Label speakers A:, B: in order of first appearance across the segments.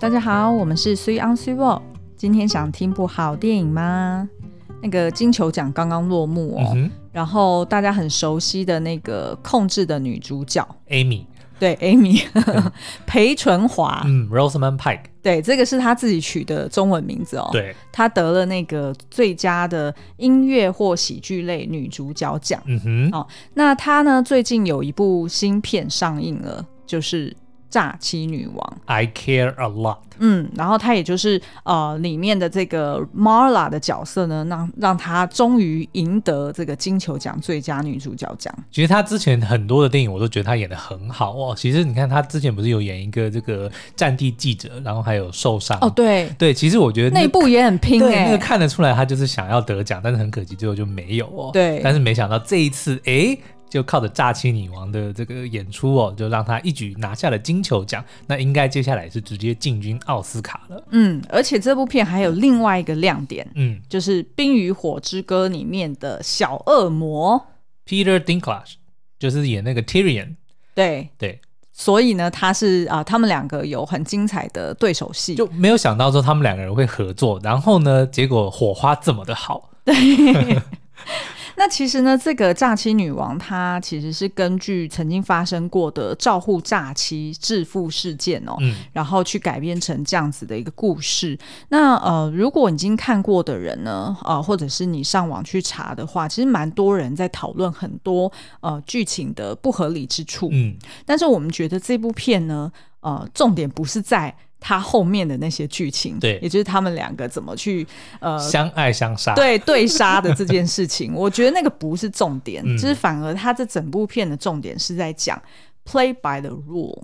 A: 大家好，我们是 Three on Three Wall。今天想听部好电影吗？那个金球奖刚刚落幕哦，
B: 嗯哼
A: 然后大家很熟悉的那个《控制》的女主角，
B: ，Amy，
A: 对 Amy 裴淳华，
B: 嗯，Rosamund Pike，
A: 对，这个是她自己取的中文名字哦。，
B: 对，
A: 她得了那个最佳的音乐或喜剧类女主角奖。
B: 嗯哼，
A: 哦那她呢，最近有一部新片上映了，就是《诈欺女王》。
B: I care a lot，
A: 嗯，然后她也就是呃里面的这个 Marla 的角色呢，让让她终于赢得这个金球奖最佳女主角奖。
B: 其实他之前很多的电影我都觉得他演的很好哦。其实你看他之前不是有演一个这个战地记者，然后还有受伤，
A: 哦，对，
B: 对，其实我觉得
A: 那一
B: 那
A: 部也很拼
B: 对
A: 哎、
B: 那个看得出来他就是想要得奖，但是很可惜最后就没有哦。
A: 对
B: 但是没想到这一次，诶，就靠着《诈欺女王》的这个演出哦，就让他一举拿下了金球奖。那应该接下来是直接进军奥斯卡了。
A: 嗯，而且这部片还有另外一个亮点，
B: 嗯
A: 就是《冰与火之歌》里面的小恶魔。
B: ，Peter Dinklage 就是演那个 Tyrion，
A: 对，
B: 对，
A: 所以呢，他是啊、他们两个有很精彩的对手戏。
B: 就没有想到说他们两个人会合作，然后呢，结果火花这么的好。
A: 那其实呢，这个诈欺女王她其实是根据曾经发生过的照护诈欺致富事件哦，
B: 嗯，
A: 然后去改编成这样子的一个故事。那呃，如果已经看过的人呢，呃，或者是你上网去查的话，其实蛮多人在讨论很多呃剧情的不合理之处。
B: 嗯，
A: 但是我们觉得这部片呢，呃，重点不是在它后面的那些剧情，
B: 对
A: 也就是他们两个怎么去呃。
B: 相爱相杀。，
A: 对对杀的这件事情，我觉得那个不是重点，
B: 嗯
A: 就是反而它这整部片的重点是在讲 play by the rule，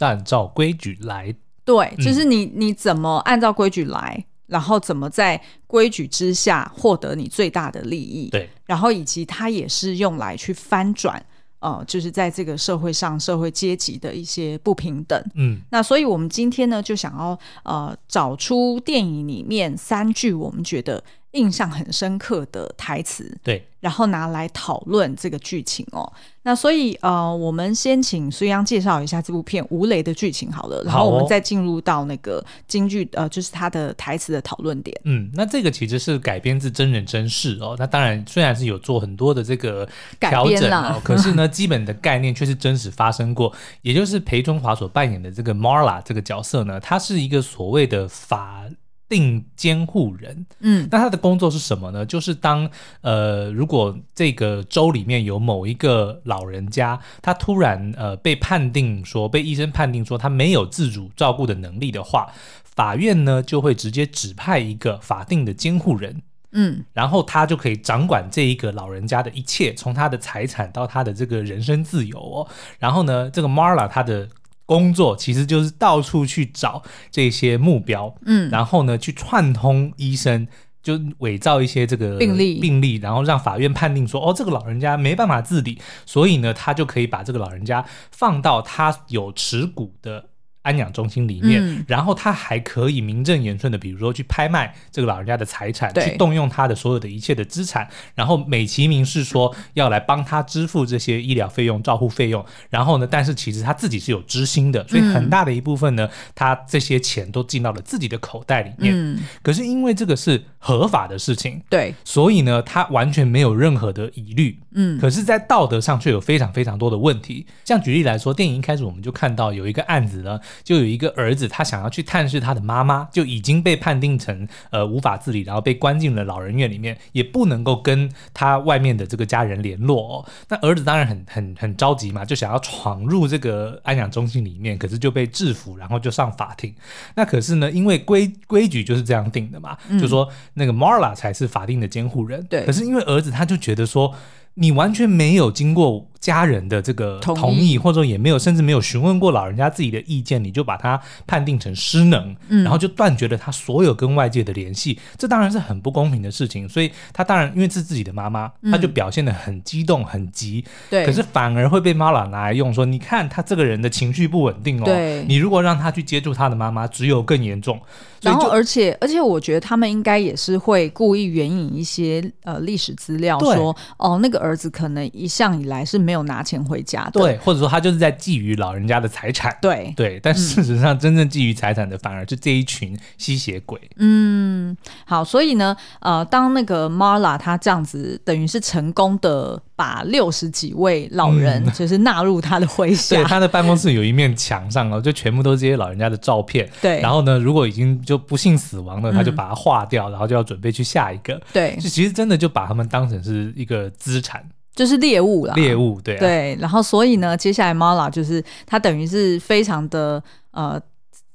B: 按照规矩来。
A: 对，
B: 嗯
A: 就是你你怎么按照规矩来，然后怎么在规矩之下获得你最大的利益，
B: 对，
A: 然后以及它也是用来去翻转，呃，就是在这个社会上社会阶级的一些不平等。
B: 嗯，
A: 那所以，我们今天呢，就想要呃找出电影里面三句我们觉得印象很深刻的台词，
B: 对，
A: 然后拿来讨论这个剧情哦。那所以呃，我们先请苏央介绍一下这部片吴雷的剧情好了，然
B: 好
A: 后
B: 哦
A: 我们再进入到那个京剧呃，就是他的台词的讨论点。
B: 嗯，那这个其实是改编自真人真事哦。那当然，虽然是有做很多的这个
A: 改
B: 调
A: 编
B: 整
A: 啦
B: 哦， 可是呢，基本的概念却是真实发生过。也就是裴中华所扮演的这个 Marla 这个角色呢，他是一个所谓的法定监护人。
A: 嗯
B: 那他的工作是什么呢？就是当呃，如果这个州里面有某一个老人家，他突然呃被判定说被医生判定说他没有自主照顾的能力的话，法院呢就会直接指派一个法定的监护人。
A: 嗯，
B: 然后他就可以掌管这一个老人家的一切，从他的财产到他的这个人身自由哦。然后呢，这个 Marla 他的工作其实就是到处去找这些目标，
A: 嗯
B: 然后呢去串通医生。就伪造一些这个
A: 病例
B: 病例，然后让法院判定说，哦，这个老人家没办法自理，所以呢，他就可以把这个老人家放到他有持股的安养中心里面，
A: 嗯
B: 然后他还可以名正言顺的，比如说去拍卖这个老人家的财产，
A: 对
B: 去动用他的所有的一切的资产，然后美其名是说要来帮他支付这些医疗费用、照护费用，然后呢，但是其实他自己是有知心的，所以很大的一部分呢，他这些钱都进到了自己的口袋里面。
A: 嗯
B: 可是因为这个是合法的事情，
A: 对，
B: 所以呢，他完全没有任何的疑虑。
A: 嗯
B: 可是，在道德上却有非常非常多的问题。像举例来说，电影一开始我们就看到有一个案子呢，就有一个儿子他想要去探视他的妈妈，就已经被判定成呃无法自理，然后被关进了老人院里面，也不能够跟他外面的这个家人联络、哦。那儿子当然很很很着急嘛，就想要闯入这个安养中心里面，可是就被制服，然后就上法庭。那可是呢，因为规规矩就是这样定的嘛，就说那个 Marla 才是法定的监护人。
A: 嗯对
B: 可是因为儿子他就觉得说，你完全没有经过家人的这个
A: 同意
B: 同意，或者说也没有甚至没有询问过老人家自己的意见，你就把他判定成失能，
A: 嗯
B: 然后就断绝了他所有跟外界的联系，这当然是很不公平的事情。所以他当然因为是自己的妈妈，他就表现得很激动、很急，
A: 嗯对，
B: 可是反而会被妈妈拿来用说，你看他这个人的情绪不稳定
A: 对
B: 哦，你如果让他去接触他的妈妈，只有更严重。所
A: 然
B: 以
A: 后
B: 就
A: 而且而且，我觉得他们应该也是会故意援引一些呃历史资料
B: 对
A: 说，哦，那个儿子可能一向以来是没有拿钱回家的。
B: 对，或者说他就是在觊觎老人家的财产。
A: 对，
B: 对，但事实上，真正觊觎财产的反而是这一群吸血鬼。
A: 嗯，好，所以呢，呃，当那个 Marla 她这样子，等于是成功的把六十几位老人就是纳入她的麾下
B: 嗯对，，他的办公室有一面墙上哦，就全部都是这些老人家的照片。
A: 对，
B: 然后呢，如果已经就不幸死亡了，他就
A: 嗯
B: 把它划掉，然后就要准备去下一个。
A: 对，
B: 就其实真的就把他们当成是一个资产
A: 就是猎物啦，
B: 猎物，对啊，
A: 对，然后所以呢，接下来 Mala 就是他等于是非常的呃。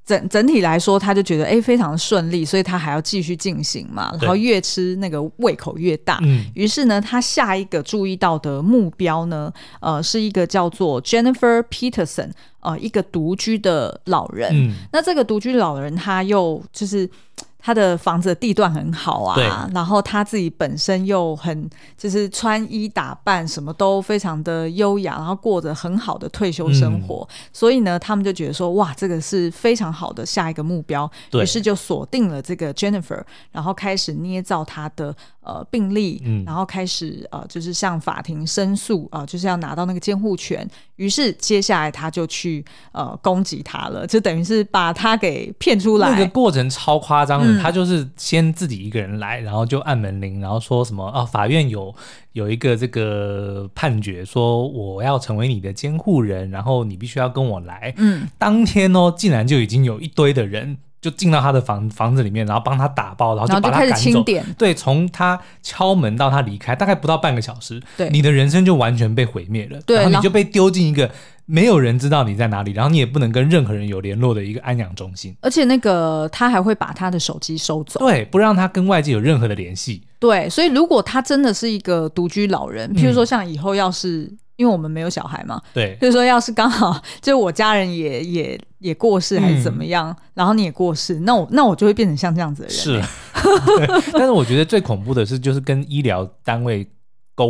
A: 整整体来说，他就觉得哎、诶非常顺利，所以他还要继续进行嘛，然后
B: 对
A: 越吃那个胃口越大。
B: 嗯，
A: 于是呢，他下一个注意到的目标呢，呃，是一个叫做 Jennifer Peterson，呃，一个独居的老人。
B: 嗯，
A: 那这个独居老人他又就是嘖他的房子的地段很好
B: 对
A: 啊，然后他自己本身又很就是穿衣打扮什么都非常的优雅，然后过着很好的退休生活，
B: 嗯
A: 所以呢，他们就觉得说哇，这个是非常好的下一个目标，
B: 对
A: 于是就锁定了这个 Jennifer，然后开始捏造他的呃病历，
B: 嗯
A: 然后开始呃就是向法庭申诉啊、呃就是要拿到那个监护权。于是接下来他就去呃攻击他了，就等于是把他给骗出来。
B: 那个过程超夸张的，
A: 嗯
B: 他就是先自己一个人来，然后就按门铃，然后说什么啊，法院有有一个这个判决，说我要成为你的监护人，然后你必须要跟我来。
A: 嗯，
B: 当天哦，竟然就已经有一堆的人就进到他的房房子里面，然后帮他打包，然后
A: 然后
B: 哦把
A: 就
B: 他
A: 开始
B: 赶
A: 清
B: 走。
A: 点，
B: 对，从他敲门到他离开，大概不到半个小时，
A: 对
B: 你的人生就完全被毁灭了。
A: 对
B: 然
A: 然
B: 后你
A: 后
B: 就被丢进一个没有人知道你在哪里，然后你也不能跟任何人有联络的一个安养中心。
A: 而且那个他还会把他的手机收走。
B: 对，不让他跟外界有任何的联系。
A: 对，所以如果他真的是一个独居老人，譬如
B: 嗯
A: 说像以后要是、因为我们没有小孩嘛，
B: 对，
A: 就是说，要是刚好就我家人也也也过世还是怎么样，然后你也过世，那我那我就会变成像这样子的人。
B: 是。对 但是我觉得最恐怖的是，就是跟医疗单位勾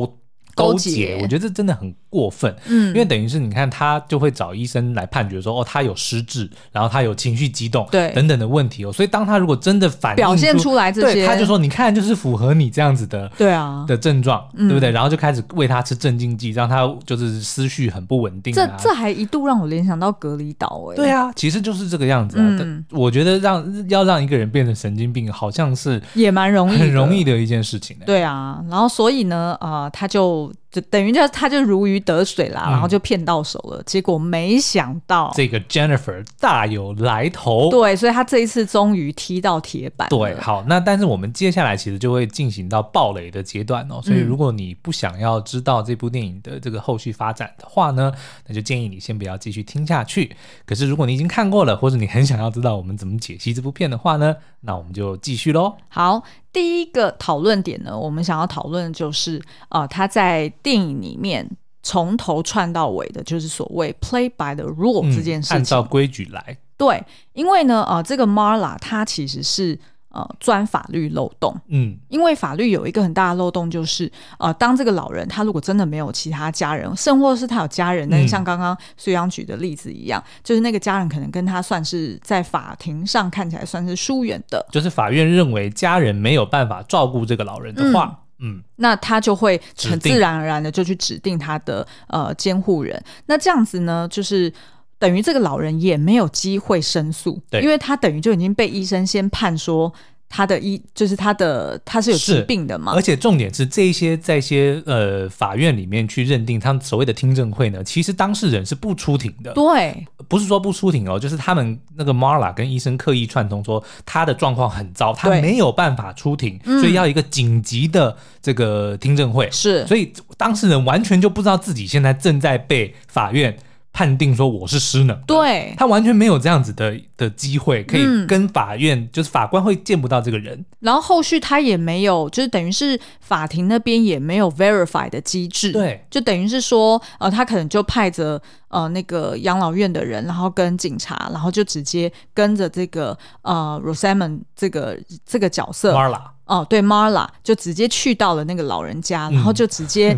A: 勾
B: 勾
A: 结
B: 结，我觉得这真的很过分。
A: 嗯
B: 因为等于是你看，他就会找医生来判决说，哦，他有失智，然后他有情绪激动，
A: 对
B: 等等的问题哦。所以当他如果真的反映
A: 表现出来这些
B: 对，他就说，你看，就是符合你这样子的
A: 对啊，
B: 的症状，
A: 嗯
B: 对不对？然后就开始喂他吃镇静剂，让他就是思绪很不稳定、
A: 这
B: 啊。
A: 这还一度让我联想到隔离岛哎、
B: 对啊，其实就是这个样子啊。
A: 嗯
B: 但我觉得让要让一个人变成神经病，好像是
A: 也蛮容易，
B: 很容易。的一件事情、欸。
A: 对啊，然后所以呢，啊、他就就等于就他就如鱼得水啦，
B: 嗯
A: 然后就骗到手了。结果没想到，
B: 这个 Jennifer 大有来头。
A: 对，所以他这一次终于踢到铁板了。
B: 对，好，那但是我们接下来其实就会进行到暴雷的阶段哦，所以
A: 嗯
B: 如果你不想要知道这部电影的这个后续发展的话呢，那就建议你先不要继续听下去。可是如果你已经看过了，或者你很想要知道我们怎么解析这部片的话呢，那我们就继续喽。
A: 好，第一个讨论点呢，我们想要讨论的就是，呃，他在电影里面从头串到尾的，就是所谓 play by the rule 这件事
B: 嗯按
A: 情。
B: 照规矩来，
A: 对，因为呢，呃，这个 Marla 她其实是呃钻法律漏洞。
B: 嗯，
A: 因为法律有一个很大的漏洞，就是呃，当这个老人他如果真的没有其他家人，甚或是他有家人，但是
B: 嗯
A: 像刚刚苏阳举的例子一样，就是那个家人可能跟他算是在法庭上看起来算是疏远的，
B: 就是法院认为家人没有办法照顾这个老人的话，嗯，
A: 那他就会很
B: 指定
A: 自然而然的就去指定他的呃监护人。那这样子呢，就是。等于这个老人也没有机会申诉，
B: 对
A: 因为他等于就已经被医生先判说他的医就是他的他是有疾
B: 是
A: 病的嘛
B: 而，且重点是这一些在一些呃法院里面去认定他们所谓的听证会呢，其实当事人是不出庭的，
A: 对
B: 不是说不出庭哦，就是他们那个 Marla 跟医生刻意串通说他的状况很糟，他
A: 对嗯
B: 没有办法出庭，所以要一个紧急的这个听证会，
A: 是，
B: 所以当事人完全就不知道自己现在正在被法院判定说我是失能的，
A: 对嗯
B: 他完全没有这样子的的机会，可以跟法院、就是法官会见不到这个人。
A: 然后后续他也没有，就是等于是法庭那边也没有 verify 的机制，
B: 对，
A: 就等于是说，呃，他可能就派着呃那个养老院的人，然后跟警察，然后就直接跟着这个呃 Rosamond 这个这个角色，哦、
B: Marla
A: 对 Marla 就直接去到了那个老人
B: 嗯
A: 家，然后就直 接、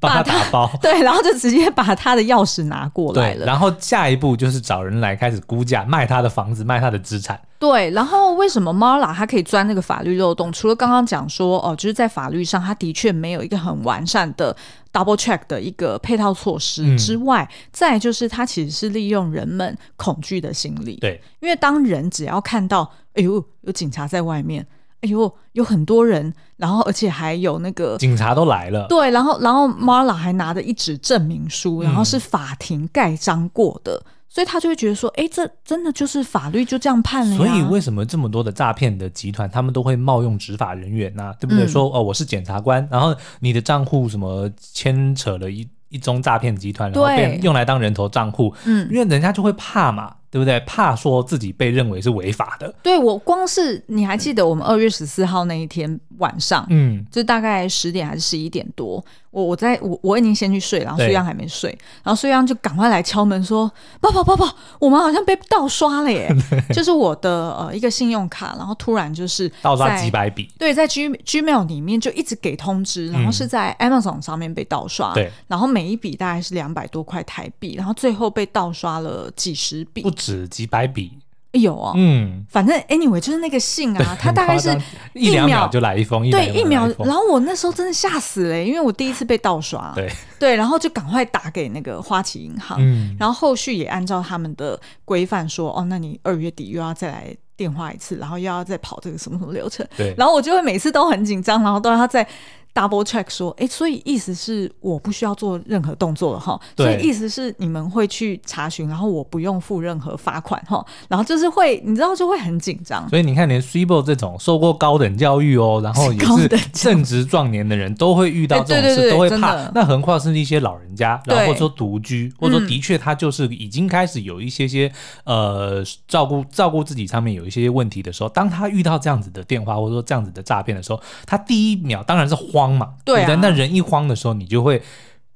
B: 帮
A: 把
B: 他
A: 他。
B: 打包
A: 对，然后就直接把他的钥匙拿过来
B: 对，
A: 了。
B: 然后下一步就是找人来开始估价，卖他的房子，卖他的资产。
A: 对，然后为什么 Marla 她可以钻那个法律漏洞？除了刚刚讲说哦，就是在法律上，她的确没有一个很完善的 double check 的一个配套措施
B: 嗯
A: 之外，再就是它其实是利用人们恐惧的心理，
B: 对，
A: 因为当人只要看到，哎呦，有警察在外面，哎呦，有很多人，然后而且还有那个
B: 警察都来了，
A: 对，然后然后 Marla 还拿着一纸证明书，
B: 嗯
A: 然后是法庭盖章过的，所以他就会觉得说，哎，这真的就是法律就这样判嗯了呀。
B: 所以为什么这么多的诈骗的集团，他们都会冒用执法人员呐、对不对？
A: 嗯
B: 说哦，我是检察官，然后你的账户什么牵扯了一一宗诈骗集团，然后被
A: 对
B: 用来当人头账户，
A: 嗯，
B: 因为人家就会怕嘛，对不对？怕说自己被认为是违法的，
A: 对我光是你还记得我们二月十四号那一天晚上，
B: 嗯，
A: 就大概十点还是十一点多，我我在我我已经先去睡，然后
B: 对
A: 苏央还没睡，然后苏央就赶快来敲门说：“爸爸，爸爸，我们好像被盗刷了 耶！”就是我的呃一个信用卡，然后突然就是
B: 盗刷
A: 在
B: 几百笔，
A: 对，在 G Gmail 里面就一直给通知，然后是在 Amazon 上面被盗刷，
B: 嗯对，
A: 然后每一笔大概是两百多块台币，然后最后被盗刷了几十笔
B: 不，止几百笔，
A: 有哦。
B: 嗯，
A: 反正 anyway 就是那个信啊，它大概是
B: 很 夸张一两秒就来一封，
A: 对
B: 一
A: 一秒，然
B: 后
A: 后我那时候真的吓死了、因为我第一次被盗刷，
B: 对，
A: 对，然后就赶快打给那个花旗银行，
B: 嗯，
A: 然后后续也按照他们的规范说，哦，那你二月底又要再来电话一次，然后又要再跑这个什么什么流程，
B: 对，
A: 然后我就会每次都很紧张，然后都让他在 double check 说，哎，所以意思是我不需要做任何动作了哈，所
B: 对
A: 以意思是你们会去查询，然后我不用付任何罚款哈，然后就是会，你知道就会很紧张，
B: 所以你看，连 s i b o 这种受过高等教育哦，然后也
A: 高等教
B: 是
A: 育
B: 正值壮年的人，都会遇到这
A: 哎对
B: 种
A: 对
B: 事，
A: 对
B: 都会
A: 真
B: 怕
A: 的。
B: 那何况是一些老人家，然后
A: 对嗯
B: 或者说独居，或者说的确他就是已经开始有一些些呃照顾照顾自己上面有一些问题的时候，当他遇到这样子的电话或者说这样子的诈骗的时候，他第一秒当然是慌嘛，
A: 对
B: 不
A: 啊
B: 对？那人一慌的时候，你就会。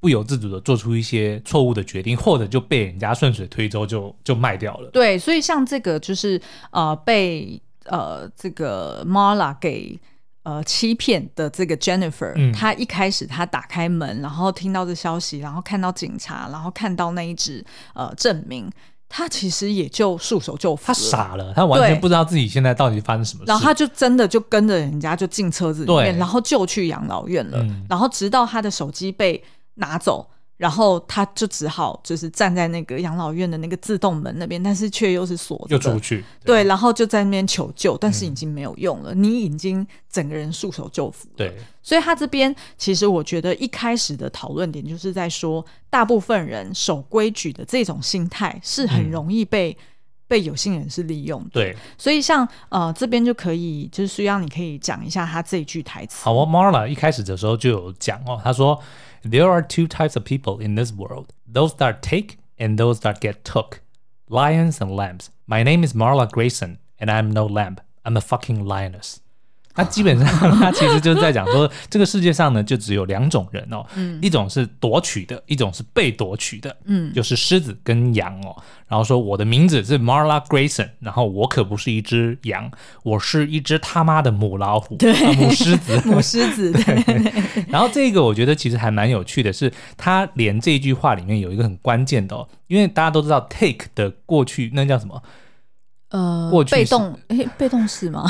B: 不由自主的做出一些错误的决定，或者就被人家顺水推舟就就卖掉了。
A: 对，所以像这个就是呃被呃这个 Marla 给。呃，欺骗的这个 Jennifer，、
B: 嗯
A: 她一开始她打开门，然后听到这消息，然后看到警察，然后看到那一纸呃证明，她其实也就束手就
B: 他
A: 缚了。
B: 傻了，他完全
A: 对
B: 不知道自己现在到底发生什么事。
A: 然后他就真的就跟着人家就进车子里面，
B: 对
A: 然后就去养老院了。
B: 嗯
A: 然后直到他的手机被拿走，然后他就只好就是站在那个养老院的那个自动门那边，但是却又是锁着
B: 又
A: 的。
B: 出去，
A: 对，然后就在那边求救，但是已经没有用了，你已经整个人束手就缚。
B: 嗯对，
A: 所以他这边其实我觉得一开始的讨论点就是在说，大部分人守规矩的这种心态是很
B: 嗯
A: 容易被、被有心人士利用的。
B: 对，
A: 所以像呃这边就可以，就是需要你可以讲一下他这一句台词。
B: 好哦，Marla 一开始的时候就有讲哦，他说，There are two types of people in this world: those that take and those that get took, lions and lambs. My name is Marla Grayson, and I'm no lamb. I'm a fucking lioness. 那基本上 他其实就是在讲说，这个世界上呢就只有两种人哦，一种是夺取的，一种是被夺取的，嗯，就是狮子跟羊哦。然后说我的名字是 Marla Grayson，然后我可不是一只羊，我是一只他妈的母老虎，对，母狮 子，
A: 母狮子，对
B: 然后这个我觉得其实还蛮有趣的是，他连这句话里面有一个很关键的哦，因为大家都知道 take 的过去那叫什么？
A: 呃
B: 过去是
A: 被动，诶，被动式 吗？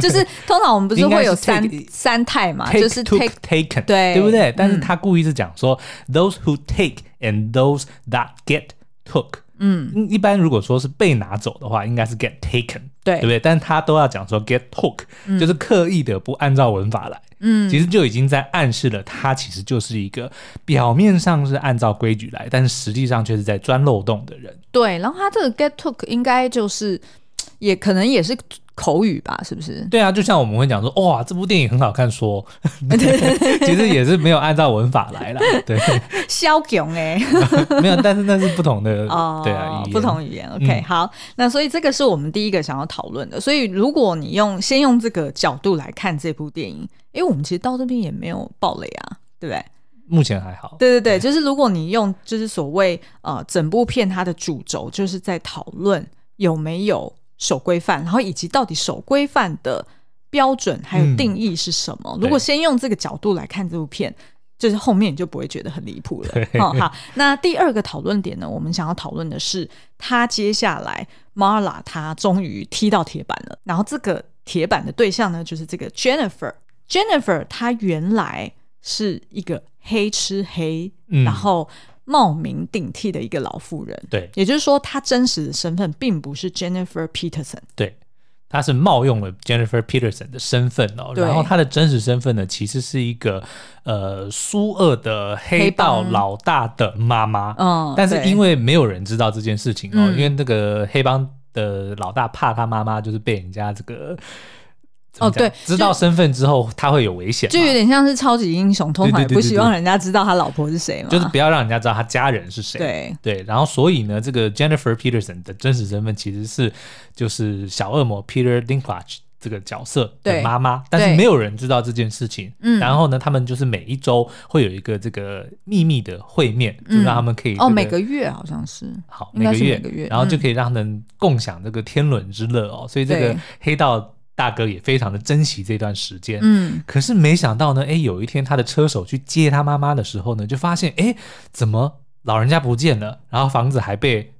A: 就是通常我们不是
B: 应该
A: 会
B: 是
A: 有三
B: take-
A: 三态嘛，
B: take
A: 啊就是
B: took
A: take
B: taken，
A: 对嗯
B: 对不对？但是他故意是讲说、those who take and those that get took。嗯，一般如果说是被拿走的话，应该是 get taken，
A: 对嗯
B: 对不对？但他都要讲说 get took，、就是刻意的不按照文法来。嗯，其实就已经在暗示了，他其实就是一个表面上是按照规矩来，但是实际上却是在钻漏洞的人。
A: 对，然后他这个 get took 应该就是也可能也是口语吧，是不 是？
B: 对啊，就像我们会讲说，哇，这部电影很好看说， 其实也是没有按照文法来啦。对。
A: 肖囧哎，
B: 没有，但是那是不同 的，
A: 哦，
B: 对啊，语言
A: 不同语言。OK，、
B: 嗯
A: 好，那所以这个是我们第一个想要讨论的。所以如果你用先用这个角度来看这部电影，因为我们其实到这边也没有暴雷啊，对不对？
B: 目前还好。
A: 对对对，就是如果你用就是所谓呃整部片它的主轴就是在讨论有没有守规范，然后以及到底守规范的标准还有
B: 嗯
A: 定义是什么。如果先用这个角度来看这部片。就是后面你就不会觉得很离谱了。哦，好，那第二个讨论点呢，我们想要讨论的是，他接下来 Marla 他终于踢到铁板了，然后这个铁板的对象呢，就是这个 Jennifer。Jennifer 她原来是一个黑吃黑，
B: 嗯
A: 然后冒名顶替的一个老妇人。
B: 对
A: 也就是说，她真实的身份并不是 Jennifer Peterson。
B: 对，他是冒用了 Jennifer Peterson 的身份哦，
A: 对
B: 然后他的真实身份呢，其实是一个呃苏俄的黑
A: 黑
B: 道
A: 帮
B: 老大的妈妈，
A: 嗯，
B: 但是
A: 对
B: 因为没有人知道这件事情哦，
A: 嗯
B: 因为那个黑帮的老大怕他妈妈就是被人家这个。怎么
A: 哦对
B: 讲知道身份之后他会有危险嘛，
A: 就有点像是超级英雄，通常也
B: 对对对
A: 不
B: 对
A: 希望人家知道他老婆是谁嘛。
B: 就是不要让人家知道他家人是谁。
A: 对，
B: 对，然后所以呢，这个 Jennifer Peterson 的真实身份其实是就是小恶魔 Peter Dinklage 这个角色的
A: 对
B: 妈妈，但是
A: 对
B: 没有人知道这件事情。
A: 嗯
B: 然后呢，他们就是每一周会有一个这个秘密的会面，就让他们可以、
A: 哦，每个月好像是
B: 好
A: 应
B: 每
A: 该
B: 个
A: 是
B: 月，
A: 每个月
B: 然后就可以让他们共享这个天伦之乐哦。所以这个
A: 对
B: 黑道大哥也非常的珍惜这段时间。
A: 嗯，
B: 可是没想到呢，哎，有一天他的车手去接他妈妈的时候呢，就发现，哎，怎么老人家不见了，然后房子还被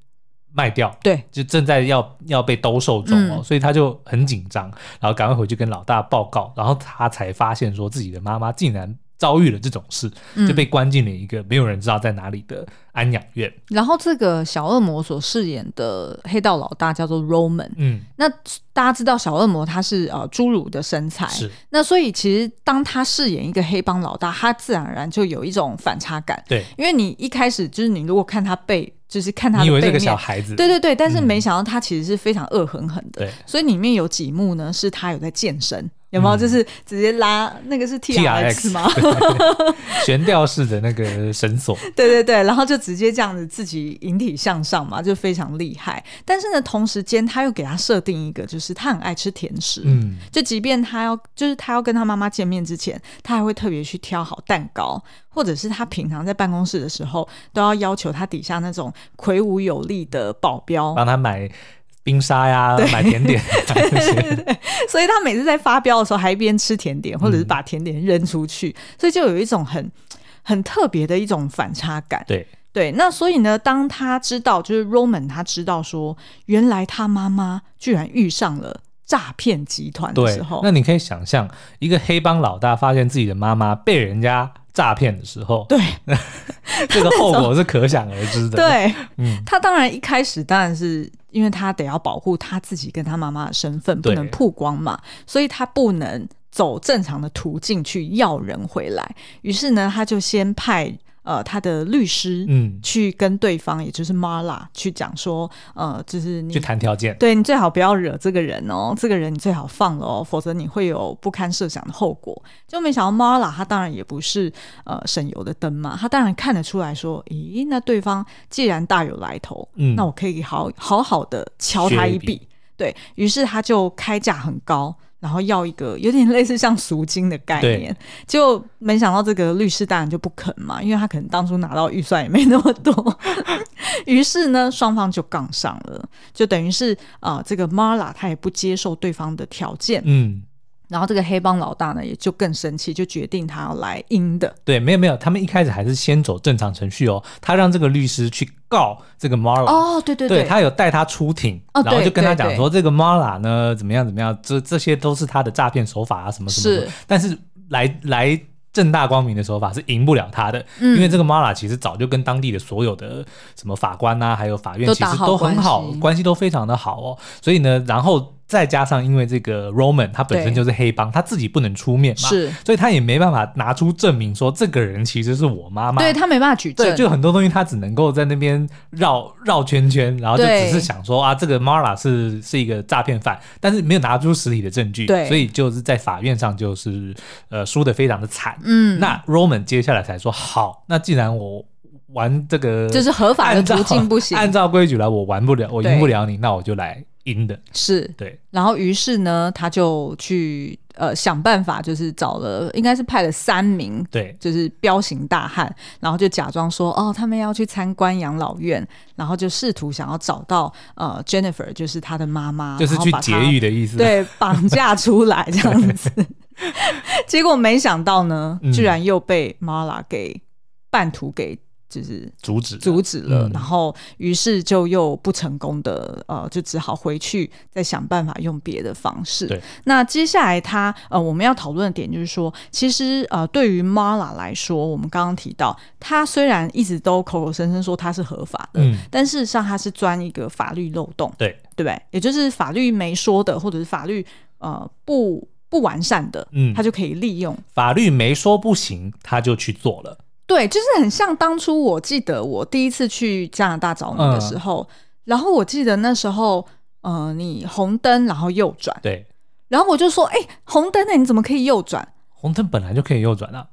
B: 卖掉，
A: 对，
B: 就正在要要被兜售中哦，
A: 嗯
B: 所以他就很紧张，然后赶快回去跟老大报告，然后他才发现说自己的妈妈竟然遭遇了这种事，
A: 嗯
B: 就被关进了一个没有人知道在哪里的安养院。
A: 然后这个小恶魔所饰演的黑道老大叫做 Roman，
B: 嗯，
A: 那大家知道小恶魔他是呃侏儒的身材，
B: 是
A: 那所以其实当他饰演一个黑帮老大，他自然而然就有一种反差感，
B: 对，
A: 因为你一开始就是你如果看他背，就是看他
B: 你以
A: 的
B: 为
A: 背
B: 是个
A: 面
B: 小。孩子，
A: 对对对，但是
B: 嗯
A: 没想到他其实是非常恶狠狠的，
B: 对
A: 所以里面有几幕呢，是他有在健身，有没有？
B: 嗯
A: 就是直接拉那个是 T R
B: TRX
A: X 吗？
B: 悬吊式的那个绳索，
A: 对对对，然后就直接这样子自己引体向上嘛，就非常厉害。但是呢，同时间他又给他设定一个，就是他很爱吃甜食，
B: 嗯，
A: 就即便他要就是他要跟他妈妈见面之前，他还会特别去挑好蛋糕，或者是他平常在办公室的时候都要要求他底下那种魁梧有力的保镖，
B: 帮他买冰沙呀，买甜 点啊这些。
A: 所以他每次在发飙的时候还一边吃甜点，或者是把甜点扔出去，所以就有一种很很特别的一种反差感。
B: 对，
A: 对，那所以呢，当他知道，就是 Roman 他知道说，原来他妈妈居然遇上了诈骗集团的
B: 对
A: 时候，
B: 那你可以想象，一个黑帮老大发现自己的妈妈被人家诈骗的时候，
A: 对
B: 这个后果是可想而知 的。，
A: 对，
B: 嗯，
A: 他当然一开始当然是因为他得要保护他自己跟他妈妈的身份不
B: 对
A: 能曝光嘛，所以他不能走正常的途径去要人回来。于是呢，他就先派呃他的律师
B: 嗯
A: 去跟对方，也就是 Marla 去讲说，呃，就是你
B: 去谈条件。
A: 对你最好不要惹这个人哦，这个人你最好放了哦，否则你会有不堪设想的后果。就没想到 Marla 她当然也不是呃省油的灯嘛，她当然看得出来说，咦，那对方既然大有来头，
B: 嗯
A: 那我可以好好好的敲他
B: 削一
A: 一
B: 笔
A: 笔。对于是，他就开价很高，然后要一个有点类似像赎金的概
B: 对
A: 念，就没想到这个律师当然就不肯嘛，因为他可能当初拿到预算也没那么 多，于是呢，双方就杠上了，就等于是啊、呃这个 Marla 他也不接受对方的条件，
B: 嗯，
A: 然后这个黑帮老大呢也就更生气，就决定他要来阴的，
B: 对，没有没有，他们一开始还是先走正常程序哦。他让这个律师去告这个 Marla，、
A: 哦，对对
B: 他有带他出庭，
A: 哦
B: 然后
A: 对
B: 就跟他
A: 对
B: 讲
A: 对
B: 说这个 Mara 呢怎么样怎么样，这这些都是他的诈骗手法啊，什么什么的
A: 是
B: 但是来来正大光明的手法是赢不了他的，
A: 嗯
B: 因为这个 Mara 其实早就跟当地的所有的什么法官啊，还有法院
A: 都
B: 其
A: 打
B: 实
A: 好
B: 都很
A: 关
B: 好，
A: 系
B: 关系都非常的好哦。所以呢，然后再加上因为这个 Roman 他本身
A: 对
B: 就是黑帮，他自己不能出面嘛，
A: 是
B: 所以他也没办法拿出证明说这个人其实是我妈妈。
A: 对他没办法举证，
B: 对，就很多东西他只能够在那边绕绕圈圈，然后就
A: 对
B: 只是想说啊，这个 Mara 是是一个诈骗犯，但是没有拿出实体的证据，
A: 对
B: 所以就是在法院上就是呃输的非常的惨。
A: 嗯，
B: 那 Roman 接下来才说，好，那既然我玩这个
A: 就是合法的
B: 按照
A: 途径不行，
B: 按照规矩来，我玩不了，我赢
A: 对
B: 不了你，那我就来赢的，
A: 是
B: 对，
A: 然后于是呢，他就去呃想办法，就是找了，应该是派了三名。
B: 对，
A: 就是彪形大汉，然后就假装说哦，他们要去参观养老院，然后就试图想要找到呃 Jennifer，就是他的妈妈，
B: 就是
A: 然后
B: 去
A: 把
B: 劫
A: 她
B: 狱的意思，，
A: 对，绑架出来这样子。 结果没想到呢
B: 嗯，
A: 居然又被 Mala 给半途给就是
B: 阻止了
A: 阻止了，
B: 嗯
A: 然后于是就又不成功的，呃，就只好回去再想办法用别的方式。
B: 对，
A: 那接下来他呃，我们要讨论的点就是说，其实呃，对于 Mala 来说，我们刚刚提到，他虽然一直都口口声声说他是合法的，
B: 嗯，
A: 但事实上他是钻一个法律漏洞，
B: 对
A: 对不对？也就是法律没说的，或者是法律呃不不完善的，
B: 嗯
A: 他就可以利用。
B: 法律没说不行，他就去做了。
A: 对，就是很像当初我记得我第一次去加拿大找你
B: 嗯
A: 的时候，然后我记得那时候，呃，你红灯然后右转，
B: 对，
A: 然后我就说，哎、红灯呢、你怎么可以右转？
B: 红灯本来就可以右转啊，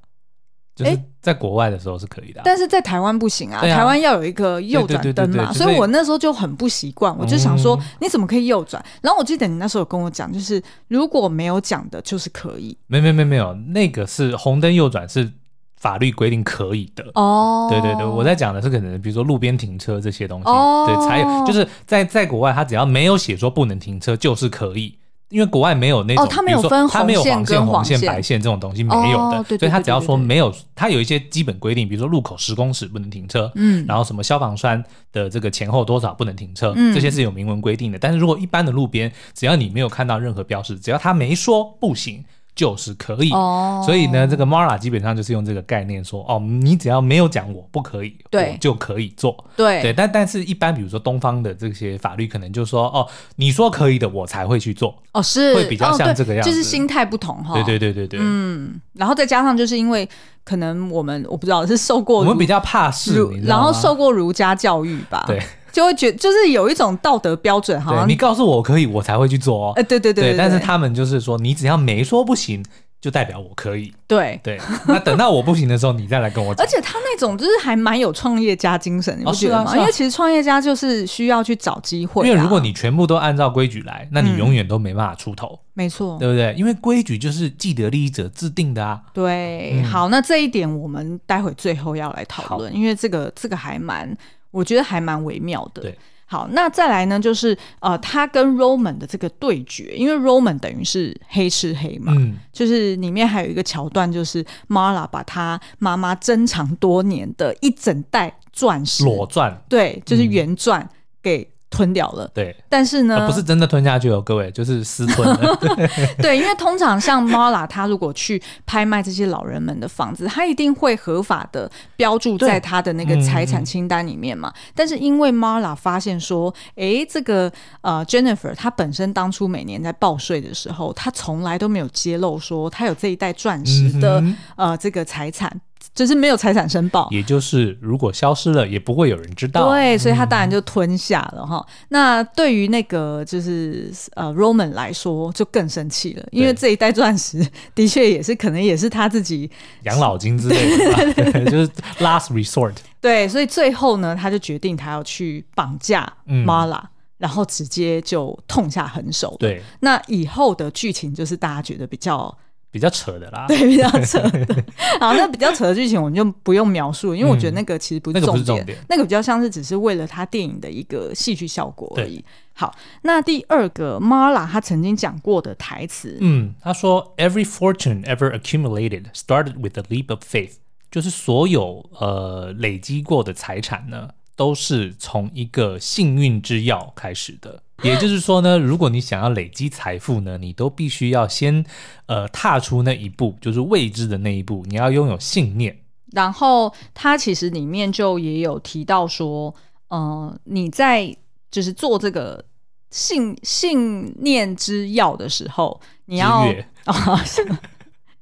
B: 就是
A: 诶
B: 在国外的时候是可以的啊、
A: 但是在台湾不行啊，
B: 对啊
A: 台湾要有一个右转
B: 对对对
A: 灯
B: 对对
A: 嘛，
B: 就是哦
A: 所以我那时候就很不习惯，我就想说你怎么可以右转？然后我记得你那时候有跟我讲，就是如果没有讲的，就是可以
B: 没没没没有，那个是红灯右转是法律规定可以的。
A: 哦
B: 对对对，我在讲的是可能，比如说路边停车这些东西，
A: 哦
B: 对，才有就是在在国外，他只要没有写说不能停车，就是可以，因为国外没有那种，
A: 哦它没
B: 比
A: 有
B: 如说
A: 分
B: 它没
A: 红
B: 有
A: 线
B: 黄线、
A: 跟
B: 红
A: 黄
B: 线、
A: 线
B: 白线这种东西没有的，
A: 哦对对
B: 所以他只要说
A: 对对对对
B: 没有，他有一些基本规定，比如说路口十公尺不能停车，
A: 嗯
B: 然后什么消防栓的这个前后多少不能停车，
A: 嗯
B: 这些是有明文规定的。但是如果一般的路边，只要你没有看到任何标识，只要他没说不行，就是可以。
A: 哦
B: 所以呢，这个 Mara 基本上就是用这个概念说，哦，你只要没有讲我不可以，
A: 对
B: 我就可以做。
A: 对
B: 对，但但是一般比如说东方的这些法律，可能就说，哦，你说可以的，我才会去做。
A: 哦是
B: 会比较
A: 哦
B: 像
A: 对
B: 这个样
A: 就是
B: 子
A: 心态不同哈，
B: 对对对对对，
A: 哦嗯，然后再加上就是因为可能我们我不知道是受过
B: 我们比
A: 较
B: 较怕事，
A: 儒
B: 你知道
A: 然后
B: 吗
A: 受过儒家教育吧，
B: 对，
A: 就会觉就是有一种道德标准，好
B: 对
A: 像
B: 你告诉我可以，我才会去做哦。
A: 呃对对对
B: 但是他们就是说，你只要没说不行，就代表我可以。
A: 对。
B: 对， 那等到我不行的时候，你再来跟我讲
A: 而。且他那种就是还蛮有创业家精神，你不
B: 哦
A: 觉得
B: 是啊
A: 吗？
B: 是啊
A: 因为其实创业家就是需要去找机会啊、
B: 因为如果你全部都按照规矩来，那
A: 嗯
B: 你永远都没办法出头，
A: 没错，
B: 对不对？因为规矩就是既得利益者制定的啊。
A: 对，
B: 嗯
A: 好，那这一点我们待会最后要来讨论，因为这个这个还蛮，我觉得还蛮微妙的。
B: 对，
A: 好，那再来呢，就是呃，他跟 Roman 的这个对决，因为 Roman 等于是黑吃黑嘛，
B: 嗯，
A: 就是里面还有一个桥段，就是 Mara 把他妈妈珍藏多年的一整袋钻石，
B: 裸钻，
A: 对，就是
B: 嗯
A: 原钻给吞掉了，
B: 对，
A: 但是呢，
B: 呃不是真的吞下去哦，各位，就是私吞的。 对
A: 对，因为通常像 Mala，他如果去拍卖这些老人们的房子，他一定会合法的标注在
B: 对
A: 他的那个财产清单里面嘛。
B: 嗯
A: 但是因为 Mala 发现说，诶，这个呃 Jennifer 她本身当初每年在报税的时候，她从来都没有揭露说她有这一袋钻石的、
B: 嗯哼
A: 呃这个财产，就是没有财产申报。
B: 也就是如果消失了，也不会有人知道。
A: 对，所以他当然就吞下了哈。那对于那个就是呃 Roman 来说，就更生气了，因为
B: 对
A: 这一袋钻石的确也是可能也是他自己
B: 养老金之类的吧，对 就是 last resort。
A: 对，所以最后呢，他就决定他要去绑架
B: 嗯
A: Mala，、然后直接就痛下狠手。，
B: 对，
A: 那以后的剧情就是大家觉得比较
B: 比较扯的啦。
A: 对比较 扯的，好，那比较扯的剧情我们就不用描述，因为我觉得那个其实不是
B: 嗯那个
A: 重
B: 不
A: 点，
B: 是重点
A: 那个比较像是只是为了他电影的一个戏剧效果而
B: 对
A: 已。好，那第二个 Mala 他曾经讲过的台词，
B: 嗯，他说，Every fortune ever accumulated started with a leap of faith，就是所有呃累积过的财产呢，都是从一个幸运之钥开始的。也就是 说呢，如果你想要累积财富呢，你都必须要先呃踏出那一步，就是未知的那一步，你要拥有信念。
A: 然后他其实里面就也有提到说，呃，你在就是做这个信信念之药的时候，你要
B: 之跃
A: 啊、是吗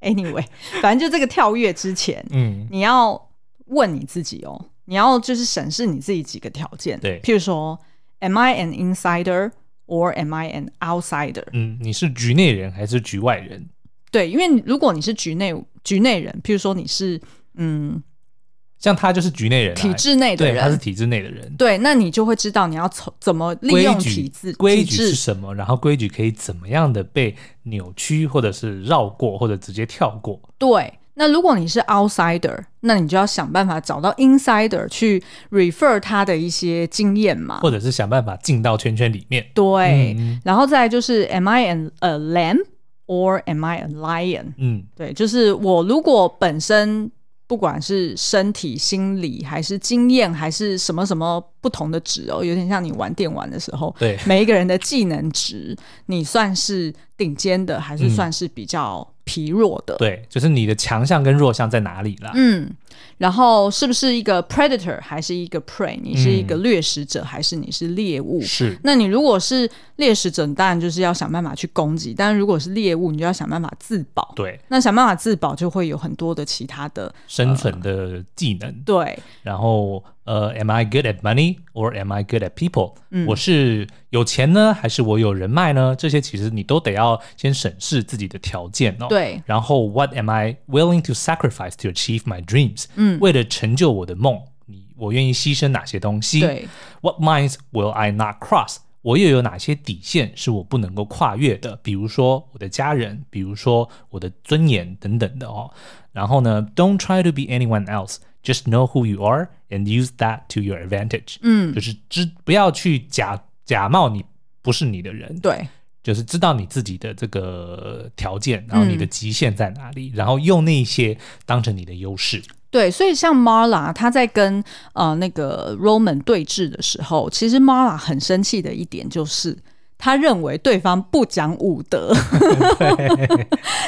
A: anyway，反正就这个跳跃之前，
B: 嗯，
A: 你要问你自己哦，你要就是审视你自己几个条件，
B: 对
A: 譬如说，Am I an insider or am I an outsider？、
B: 嗯，你是局内人还是局外人？
A: 对，因为你如果你是局内局内人，譬如说你是嗯
B: 像他就是局内人、啊，
A: 体制内的
B: 对，他
A: 人
B: 是，体制内的人。
A: 对，那你就会知道你要从怎么利
B: 规
A: 用
B: 矩
A: 体制
B: 规矩
A: 体制
B: 是什么，然后规矩可以怎么样的被扭曲，或者是绕过，或者直接跳过。
A: 对。那如果你是 outsider，那你就要想办法找到 insider 去 refer 他的一些经验嘛。
B: 或者是想办法进到圈圈里面。
A: 对，
B: 嗯
A: 然后再来就是 am I an a lamb or am I a lion？
B: 嗯，
A: 对，就是我如果本身不管是身体、心理，还是经验，还是什么什么不同的值哦，有点像你玩电玩的时候，
B: 对
A: 每一个人的技能值，你算是顶尖的，还是
B: 嗯
A: 算是比较疲弱的？
B: 对，就是你的强项跟弱项在哪里啦？
A: 嗯，然后是不是一个 predator 还是一个 prey？你是一个
B: 嗯
A: 掠食者还是你是猎物？
B: 是
A: 那你如果是猎食者，你当然就是要想办法去攻击；但如果是猎物，你就要想办法自保。
B: 对
A: 那想办法自保，就会有很多的其他的
B: 生存的技能。
A: 对，
B: 然后呃，Am I good at money or am I good at people？、
A: 嗯
B: 我是有钱呢，还是我有人脉呢？这些其实你都得要先审视自己的条件哦。
A: 对
B: 然后 What am I willing to sacrifice to achieve my dreams？
A: 嗯
B: 为了成就我的梦，你我愿意牺牲哪些东西？
A: 对，
B: What lines will I not cross？我又有哪些底线是我不能够跨越的？比如说我的家人，比如说我的尊严等等的哦。然后呢，Don't try to be anyone else. Just know who you are and use that to your advantage。
A: 嗯，
B: 就是知不要去假假冒你不是你的人，
A: 对，
B: 就是知道你自己的这个条件，然后你的
A: 嗯
B: 极限在哪里，然后用那些当成你的优势。
A: 对，所以像 Marla，她在跟呃那个 Roman 对峙的时候，其实 Marla 很生气的一点就是，她认为对方不讲武 德，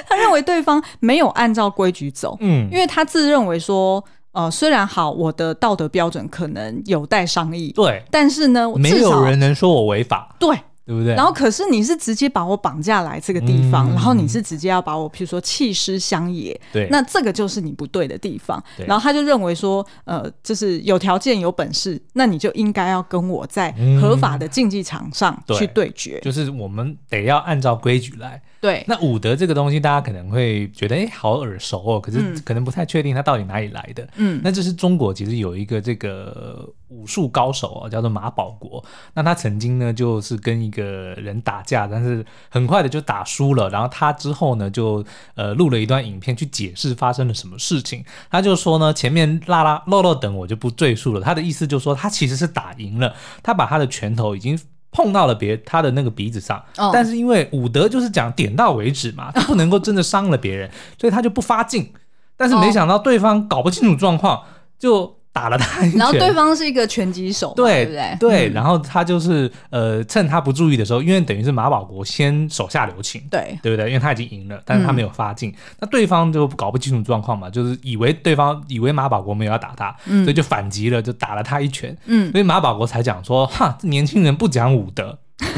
A: 她认为对方没有按照规矩走，
B: 嗯
A: 因，为她自认为说，呃，虽然好，我的道德标准可能有待商议，
B: 对，
A: 但是呢，
B: 没
A: 至少
B: 有人能说我违法，
A: 对。
B: 对不对？
A: 然后，可是你是直接把我绑架来这个地方，
B: 嗯
A: 然后你是直接要把我，譬如说弃尸乡野，
B: 对，
A: 那这个就是你不对的地方。
B: 对
A: 然后他就认为说，呃，就是有条件有本事，那你就应该要跟我在合法的竞技场上
B: 嗯对
A: 去对决。
B: 就是我们得要按照规矩来。
A: 对
B: 那武德这个东西，大家可能会觉得，哎、好耳熟哦，可是
A: 嗯
B: 可能不太确定它到底哪里来的。
A: 嗯
B: 那这是中国其实有一个这个武术高手哦，叫做马保国。那他曾经呢，就是跟一个人打架，但是很快的就打输了。然后他之后呢，就呃录了一段影片去解释发生了什么事情。他就说呢，前面拉拉漏漏等我就不赘述了。他的意思就是说，他其实是打赢了，他把他的拳头已经。碰到了别他的那个鼻子上，
A: 哦
B: 但是因为武德就是讲点到为止嘛，他不能够真的伤了别人，所以他就不发劲。但是没
A: 哦
B: 想到对方搞不清楚状况，就打了他一拳。
A: 然后对方是一个拳击手嘛，对
B: 对
A: 不对？嗯
B: 然后他就是呃，趁他不注意的时候，因为等于是马保国先手下留情，
A: 对
B: 对不对？因为他已经赢了，但是他没有发
A: 嗯
B: 劲，那对方就搞不清楚状况嘛，就是以为对方以为马保国没有要打他，所以就反击了，就打了他一拳，
A: 嗯
B: 所以马保国才讲说，哈，这年轻人不讲武德，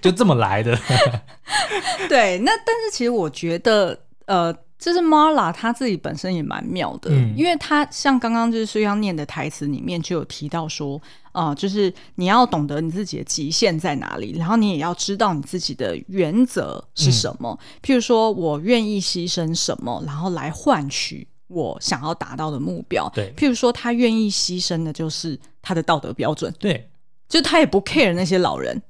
B: 就这么来的，
A: 对。那但是其实我觉得，呃。就是 Marla 她自己本身也蛮妙的，
B: 嗯
A: 因为她像刚刚就是苏央念的台词里面就有提到说，啊，就是你要懂得你自己的极限在哪里，然后你也要知道你自己的原则是什么。
B: 嗯
A: 譬如说我愿意牺牲什么，然后来换取我想要达到的目标。
B: 对
A: 譬如说他愿意牺牲的就是他的道德标准，
B: 对，
A: 就他也不 care 那些老人，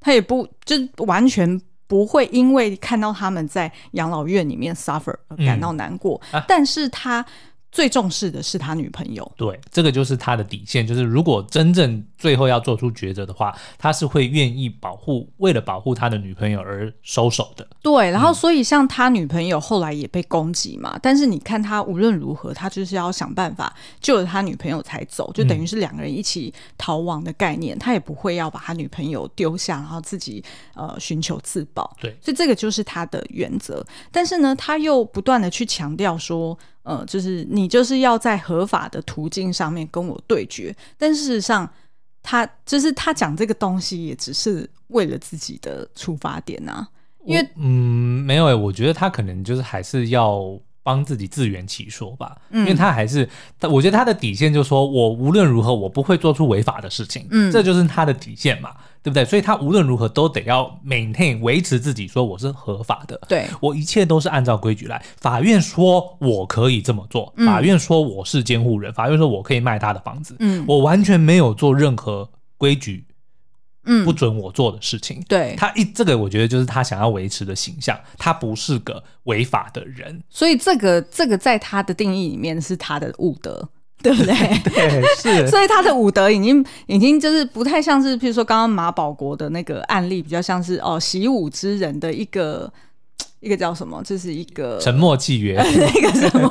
A: 他也不就完全不会因为看到他们在养老院里面 suffer 而感到难过，
B: 嗯啊
A: 但是他最重视的是他女朋友。
B: 对，这个就是他的底线，就是如果真正最后要做出抉择的话，他是会愿意保护，为了保护他的女朋友而收手的。
A: 对，然后所以像他女朋友后来也被攻击嘛，但是你看他无论如何，他就是要想办法救了他女朋友才走，就等于是两个人一起逃亡的概念，他也不会要把他女朋友丢下，然后自己呃寻求自保。
B: 对
A: 所以这个就是他的原则。但是呢，他又不断的去强调说，呃，就是你就是要在合法的途径上面跟我对决，但事实上。他就是他讲这个东西，也只是为了自己的出发点啊，因为
B: 嗯，没有诶、我觉得他可能就是还是要帮自己自圆其说吧，因为
A: 嗯
B: 他还是他，我觉得他的底线就是说我无论如何我不会做出违法的事情，
A: 嗯
B: 这就是他的底线嘛，对不对？所以他无论如何都得要 maintain 维持自己，说我是合法的，
A: 对，
B: 我一切都是按照规矩来。法院说我可以这么做，
A: 嗯
B: 法院说我是监护人，法院说我可以卖他的房子，
A: 嗯
B: 我完全没有做任何规矩
A: 嗯
B: 不准我做的事情。
A: 对，
B: 他一这个，我觉得就是他想要维持的形象，他不是个违法的人。
A: 所以这个这个在他的定义里面是他的武德，对不 对？
B: 对，是，
A: 所以他的武德已经已经就是不太像是，譬如说刚刚马保国的那个案例，比较像是哦习武之人的一个一个叫什么？这是一个
B: 沉默契约，
A: 一个什么？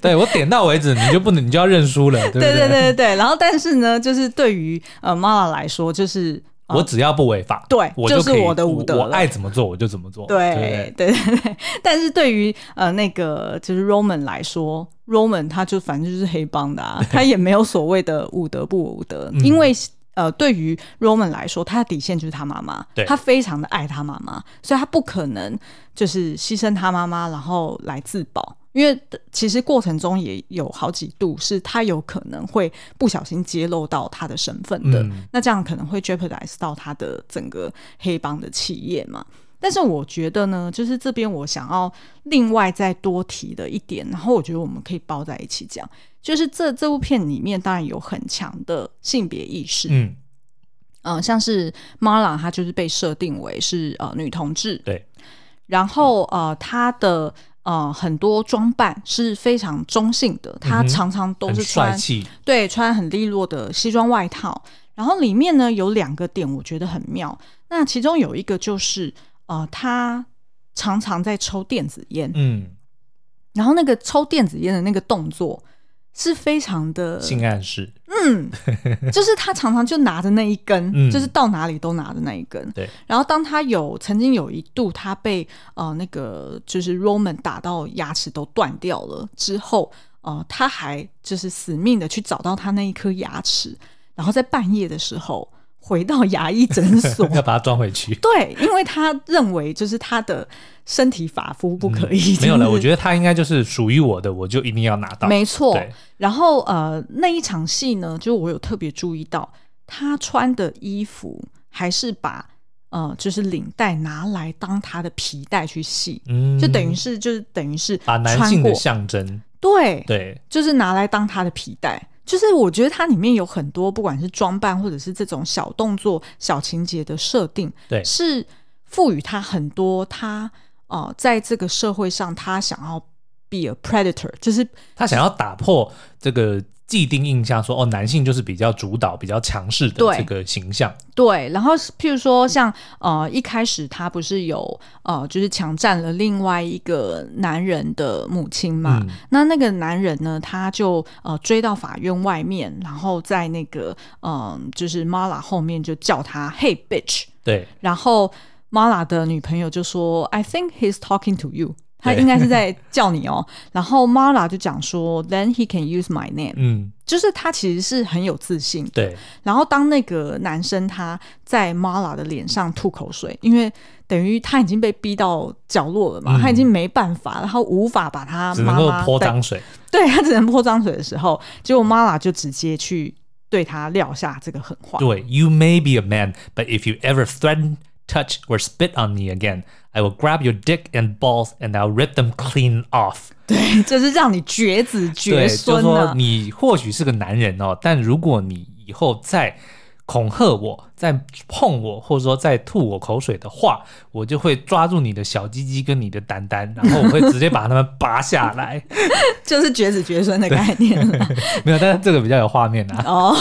B: 对我点到为止，你就不能，你就要认输了， 对不
A: 对对
B: 对
A: 对对。然后，但是呢，就是对于呃 Mala 来说，就是呃
B: 我只要不违法，
A: 对
B: 我
A: 就是
B: 可以
A: 我的武德
B: 我
A: 了
B: 爱怎么做我就怎么做，对不
A: 对对对对， 但是对于呃那个就是 Roman 来说，Roman 他就反正就是黑帮的啊，他也没有所谓的武德不武
B: 嗯
A: 德，因为呃对于 Roman 来说，他的底线就是他妈妈
B: 对，
A: 他非常的爱他妈妈，所以他不可能就是牺牲他妈妈然后来自保。因为其实过程中也有好几度是他有可能会不小心揭露到他的身份的，
B: 嗯
A: 那这样可能会 jeopardize 到他的整个黑帮的企业嘛。但是我觉得呢，就是这边我想要另外再多提的一点，然后我觉得我们可以包在一起讲，就是这这部片里面当然有很强的性别意识，嗯、
B: 嗯，
A: 像是 Mara 她就是被设定为是呃女同志，
B: 对，
A: 然后呃她的呃很多装扮是非常中性的，她
B: 嗯哼
A: 常常都
B: 很
A: 是
B: 帅
A: 穿
B: 气，
A: 对，穿很利落的西装外套。然后里面呢有两个点，我觉得很妙。那其中有一个就是，呃，他常常在抽电子烟，
B: 嗯，
A: 然后那个抽电子烟的那个动作是非常的，
B: 性暗示，
A: 嗯，就是他常常就拿着那一根，
B: 嗯
A: 就是到哪里都拿着那一根。
B: 对，
A: 然后当他有曾经有一度他被呃那个就是 Roman 打到牙齿都断掉了之后，呃，他还就是死命的去找到他那一颗牙齿，然后在半夜的时候回到牙医诊 所
B: 要把它装回去。
A: 对，因为他认为就是他的身体发肤 不可以、
B: 嗯没有了，我
A: 得
B: 觉得它应该就是属于我的，我就一定要拿到。
A: 没错。
B: 对，
A: 然后呃，那一场戏呢，就我有特别注意到，他穿的衣服还是把呃，就是领带拿来当他的皮带去系，
B: 嗯，
A: 就等于是就是等于是
B: 把男
A: 穿
B: 性
A: 过
B: 的象征，
A: 对，
B: 对，
A: 就是拿来当他的皮带。就是我觉得它里面有很多，不管是装扮或者是这种小动作、小情节的设定，
B: 对
A: 是赋予他很多他呃，在这个社会上他想要 be a predator，就是
B: 他想要打破这个既定印象说哦，男性就是比较主导、比较强势的
A: 对
B: 这个形象。
A: 对，然后譬如说像呃一开始他不是有呃就是抢占了另外一个男人的母亲嘛，
B: 嗯
A: 那那个男人呢他就呃追到法院外面，然后在那个嗯、就是 Mala 后面就叫他 Hey bitch，
B: 对，
A: 然后 Mala 的女朋友就说 I think he's talking to you。他
B: 对
A: 应该是 在叫你哦，然后 Mala 就讲说，Then he can use my name，、
B: 嗯，
A: 就是他其实是很有自信的
B: 对，
A: 然后当那个男生他在 Mala 的脸上吐口水，因为等于他已经被逼到角落了嘛，
B: 嗯
A: 他已经没办法，然后无法把他
B: 只能
A: 妈
B: 够
A: 妈
B: 泼
A: 带
B: 脏水。
A: 对他只能泼脏水的时候，结果 Mala 就直接去对他撂下这个狠话。
B: 对，You may be a man, but if you ever threaten, touch, or spit on me again, I will grab your dick and balls and I'll rip them clean off。
A: 对，就是让你绝子绝
B: 对，就
A: 孙
B: 说
A: 啊！
B: 你或许是个男人哦，但如果你以后再恐吓我、再碰我，或者说再吐我口水的话，我就会抓住你的小鸡鸡跟你的蛋蛋，然后我会直接把它们拔下 来。
A: 就是绝子绝孙的概念啦。
B: 没有，但是这个比较有画面啊。
A: 哦，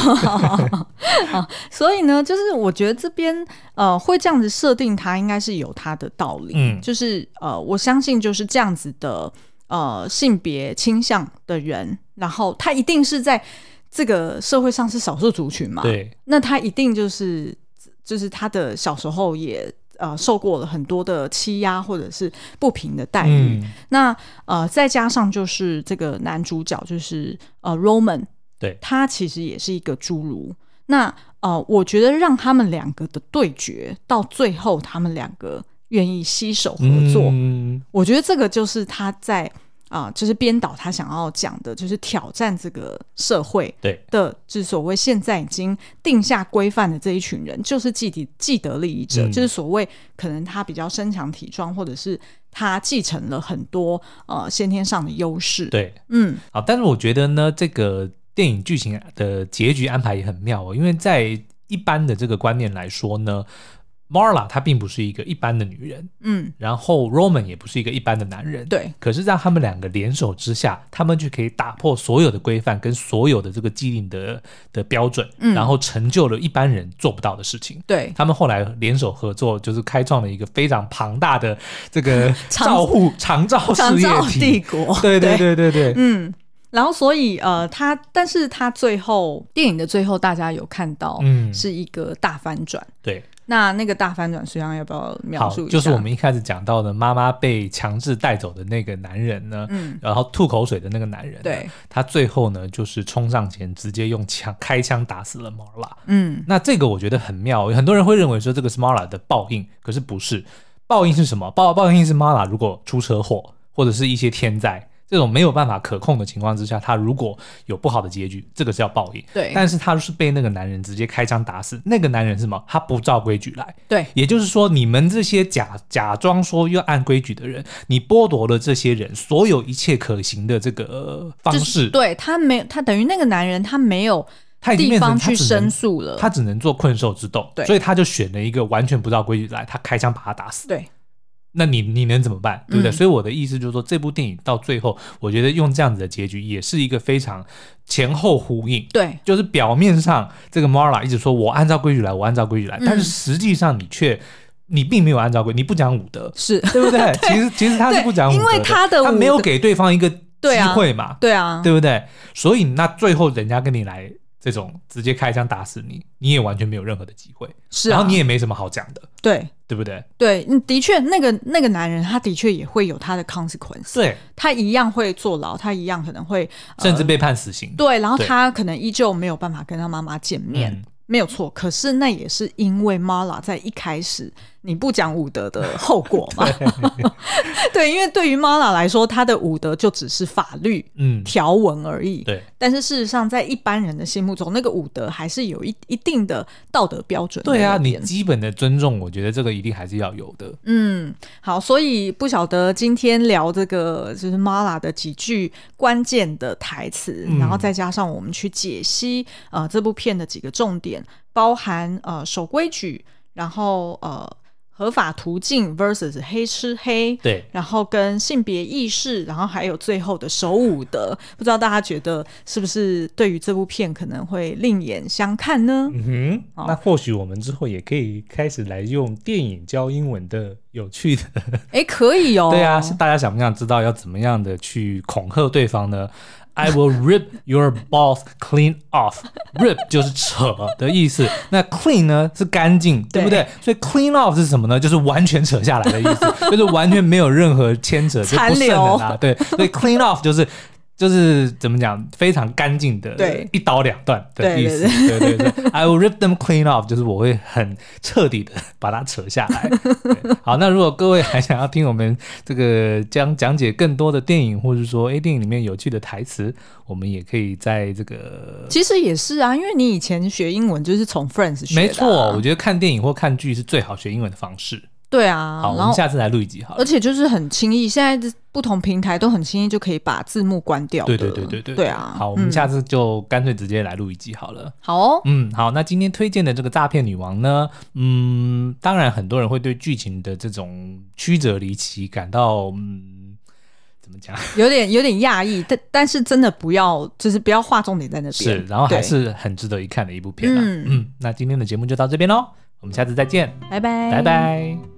A: 啊所以呢，就是我觉得这边呃会这样子设定它，应该是有它的道理。
B: 嗯
A: 就是呃，我相信就是这样子的呃性别倾向的人，然后他一定是在这个社会上是少数族群嘛。，
B: 对，
A: 那他一定就是就是他的小时候也。呃，受过了很多的欺压或者是不平的待遇，
B: 嗯，
A: 那呃，再加上就是这个男主角就是呃 Roman，
B: 对
A: 他其实也是一个侏儒。那呃，我觉得让他们两个的对决到最后，他们两个愿意携手合作，
B: 嗯
A: 我觉得这个就是他在啊、就是编导他想要讲的，就是挑战这个社会
B: 对
A: 的，就是所谓现在已经定下规范的这一群人，就是既得既得利益者，
B: 嗯
A: 就是所谓可能他比较身强体壮，或者是他继承了很多呃先天上的优势。，
B: 对。
A: 嗯，
B: 好，但是我觉得呢，这个电影剧啊情的结局安排也很妙哦，因为在一般的这个观念来说呢。 Marla 她并不是一个一般的女人，
A: 嗯，
B: 然后 Roman 也不是一个一般的男人，
A: 对。
B: 可是让他们两个联手之下，他们就可以打破所有的规范跟所有的这个既定的的标准，
A: 嗯
B: 然后成就了一般人做不到的事情。
A: 对，
B: 他们后来联手合作，就是开创了一个非常庞大的这个
A: 长
B: 照护长照
A: 长
B: 哦事业
A: 照帝
B: 体。
A: 国，
B: 对对对对对，
A: 嗯，然后所以呃，他但是他最后电影的最后，大家有看到
B: 嗯，
A: 是一个大翻转。
B: 对，
A: 那那个大翻转，实际上要不要描
B: 好
A: 述一，下？
B: 就是我们一开始讲到的妈妈被强制带走的那个男人呢，
A: 嗯，
B: 然后吐口水的那个男人，，
A: 对，
B: 他最后呢就是冲上前直接用枪开枪打死了 Marla。
A: 嗯
B: 那这个我觉得很妙，很多人会认为说这个是 Mara 的报应，可是不是。报应是什么？报报应是 Mara 如果出车祸或者是一些天灾这种没有办法可控的情况之下，他如果有不好的结局，这个是叫报应。
A: 对
B: 但是他是被那个男人直接开枪打死，那个男人是什么？他不照规矩来，
A: 对
B: 也就是说，你们这些假假装说要按规矩的人，你剥夺了这些人所有一切可行的这个呃方
A: 就是
B: 式，
A: 对他没他等于那个男人他没有
B: 他已经
A: 地
B: 变成
A: 方
B: 他
A: 去
B: 只能
A: 申诉了，
B: 他只能做困兽之斗，
A: 对
B: 所以他就选了一个完全不照规矩来，他开枪把他打死。
A: 对
B: 那你你能怎么办，对不对？
A: 嗯
B: 所以我的意思就是说，这部电影到最后，我觉得用这样子的结局也是一个非常前后呼应。
A: 对
B: 就是表面上这个 Mara 一直说我按照规矩来，我按照规矩来，
A: 嗯
B: 但是实际上你却你并没有按照规，你不讲 武德，
A: 是，
B: 对不对？其实其实他是
A: 对
B: 不讲武德
A: 因为他
B: 他
A: 的
B: 没
A: 武
B: 有
A: 德
B: 给对方一个
A: 对
B: 机
A: 啊
B: 会嘛，
A: 对啊，
B: 对不对？所以那最后人家跟你来这种直接开枪打死你，你也完全没有任何的机会，
A: 是
B: 然
A: 啊
B: 后，你也没什么好讲的，
A: 对
B: 对不对？
A: 对，嗯的确那个那个男人他的确也会有他的 consequence，
B: 对，
A: 他一样会坐牢，他一样可能会
B: 甚至被判死刑。
A: 对，然后
B: 对
A: 他可能依旧没有办法跟他妈妈见面。
B: 嗯
A: 没有错，可是那也是因为 Mala 在一开始你不讲武德的后果 嘛。对，因为对于 Mala 来说，他的武德就只是法律
B: 嗯，
A: 条文而已。
B: 对，
A: 但是事实上，在一般人的心目中，那个武德还是有一一定的道德标准在那
B: 对
A: 边。
B: 啊，你基本的尊重，我觉得这个一定还是要有的。
A: 嗯，好，所以不晓得今天聊这个就是 Mala 的几句关键的台词，
B: 嗯
A: 然后再加上我们去解析呃这部片的几个重点，包含呃守规矩，然后呃合法途径 versus 黑吃黑。
B: 对，
A: 然后跟性别意识，然后还有最后的守武德，不知道大家觉得是不是对于这部片可能会另眼相看呢？
B: 嗯
A: 好
B: 哼，那或许我们之后也可以开始来用电影教英文的有趣的。
A: 诶，可以哦。
B: 对啊，是大家想不想知道要怎么样的去恐吓对方呢？I will rip your balls clean off. Rip 就是扯的意思，那 clean 呢是干净，对不对？所以 clean off 是什么呢？就是完全扯下来的意 思，就是完全没有任何牵扯，就不剩人啦、对，所以 clean off 就是。就是怎么讲，非常干净的，
A: 对
B: 一刀两断的
A: 对
B: 意思，对对对 i will rip them clean off，就是我会很彻底的 把它扯下来。对好，那如果各位还想要听我们这个讲讲解更多的电影，或者说诶电影里面有趣的台词，我们也可以在这个。
A: 其实也是啊，因为你以前学英文就是从 Friends 学的、啊，
B: 没错，我觉得看电影或看剧是最好学英文的方式。
A: 对啊
B: 好，，我
A: 然
B: 们
A: 后
B: 下次来录一集好了
A: 而。且就是很轻易，现在这不同平台都很轻易就可以把字幕关掉
B: 对
A: 的，
B: 对对对对，
A: 对啊，
B: 好，我们
A: 嗯、
B: 下次就干脆直接来录一集好了。
A: 好哦，
B: 嗯，好，那今天推荐的这个诈骗女王呢，嗯，当然很多人会对剧情的这种曲折离奇感到，嗯，怎 么讲？
A: 有点有点讶异，但但是真的不要，就是不要划重点在那边，
B: 是，然后
A: 对，
B: 还是很值得一看的一部片啊。
A: 嗯
B: 嗯，那今天的节目就到这边喽，我们下次再见，
A: 拜拜，
B: 拜拜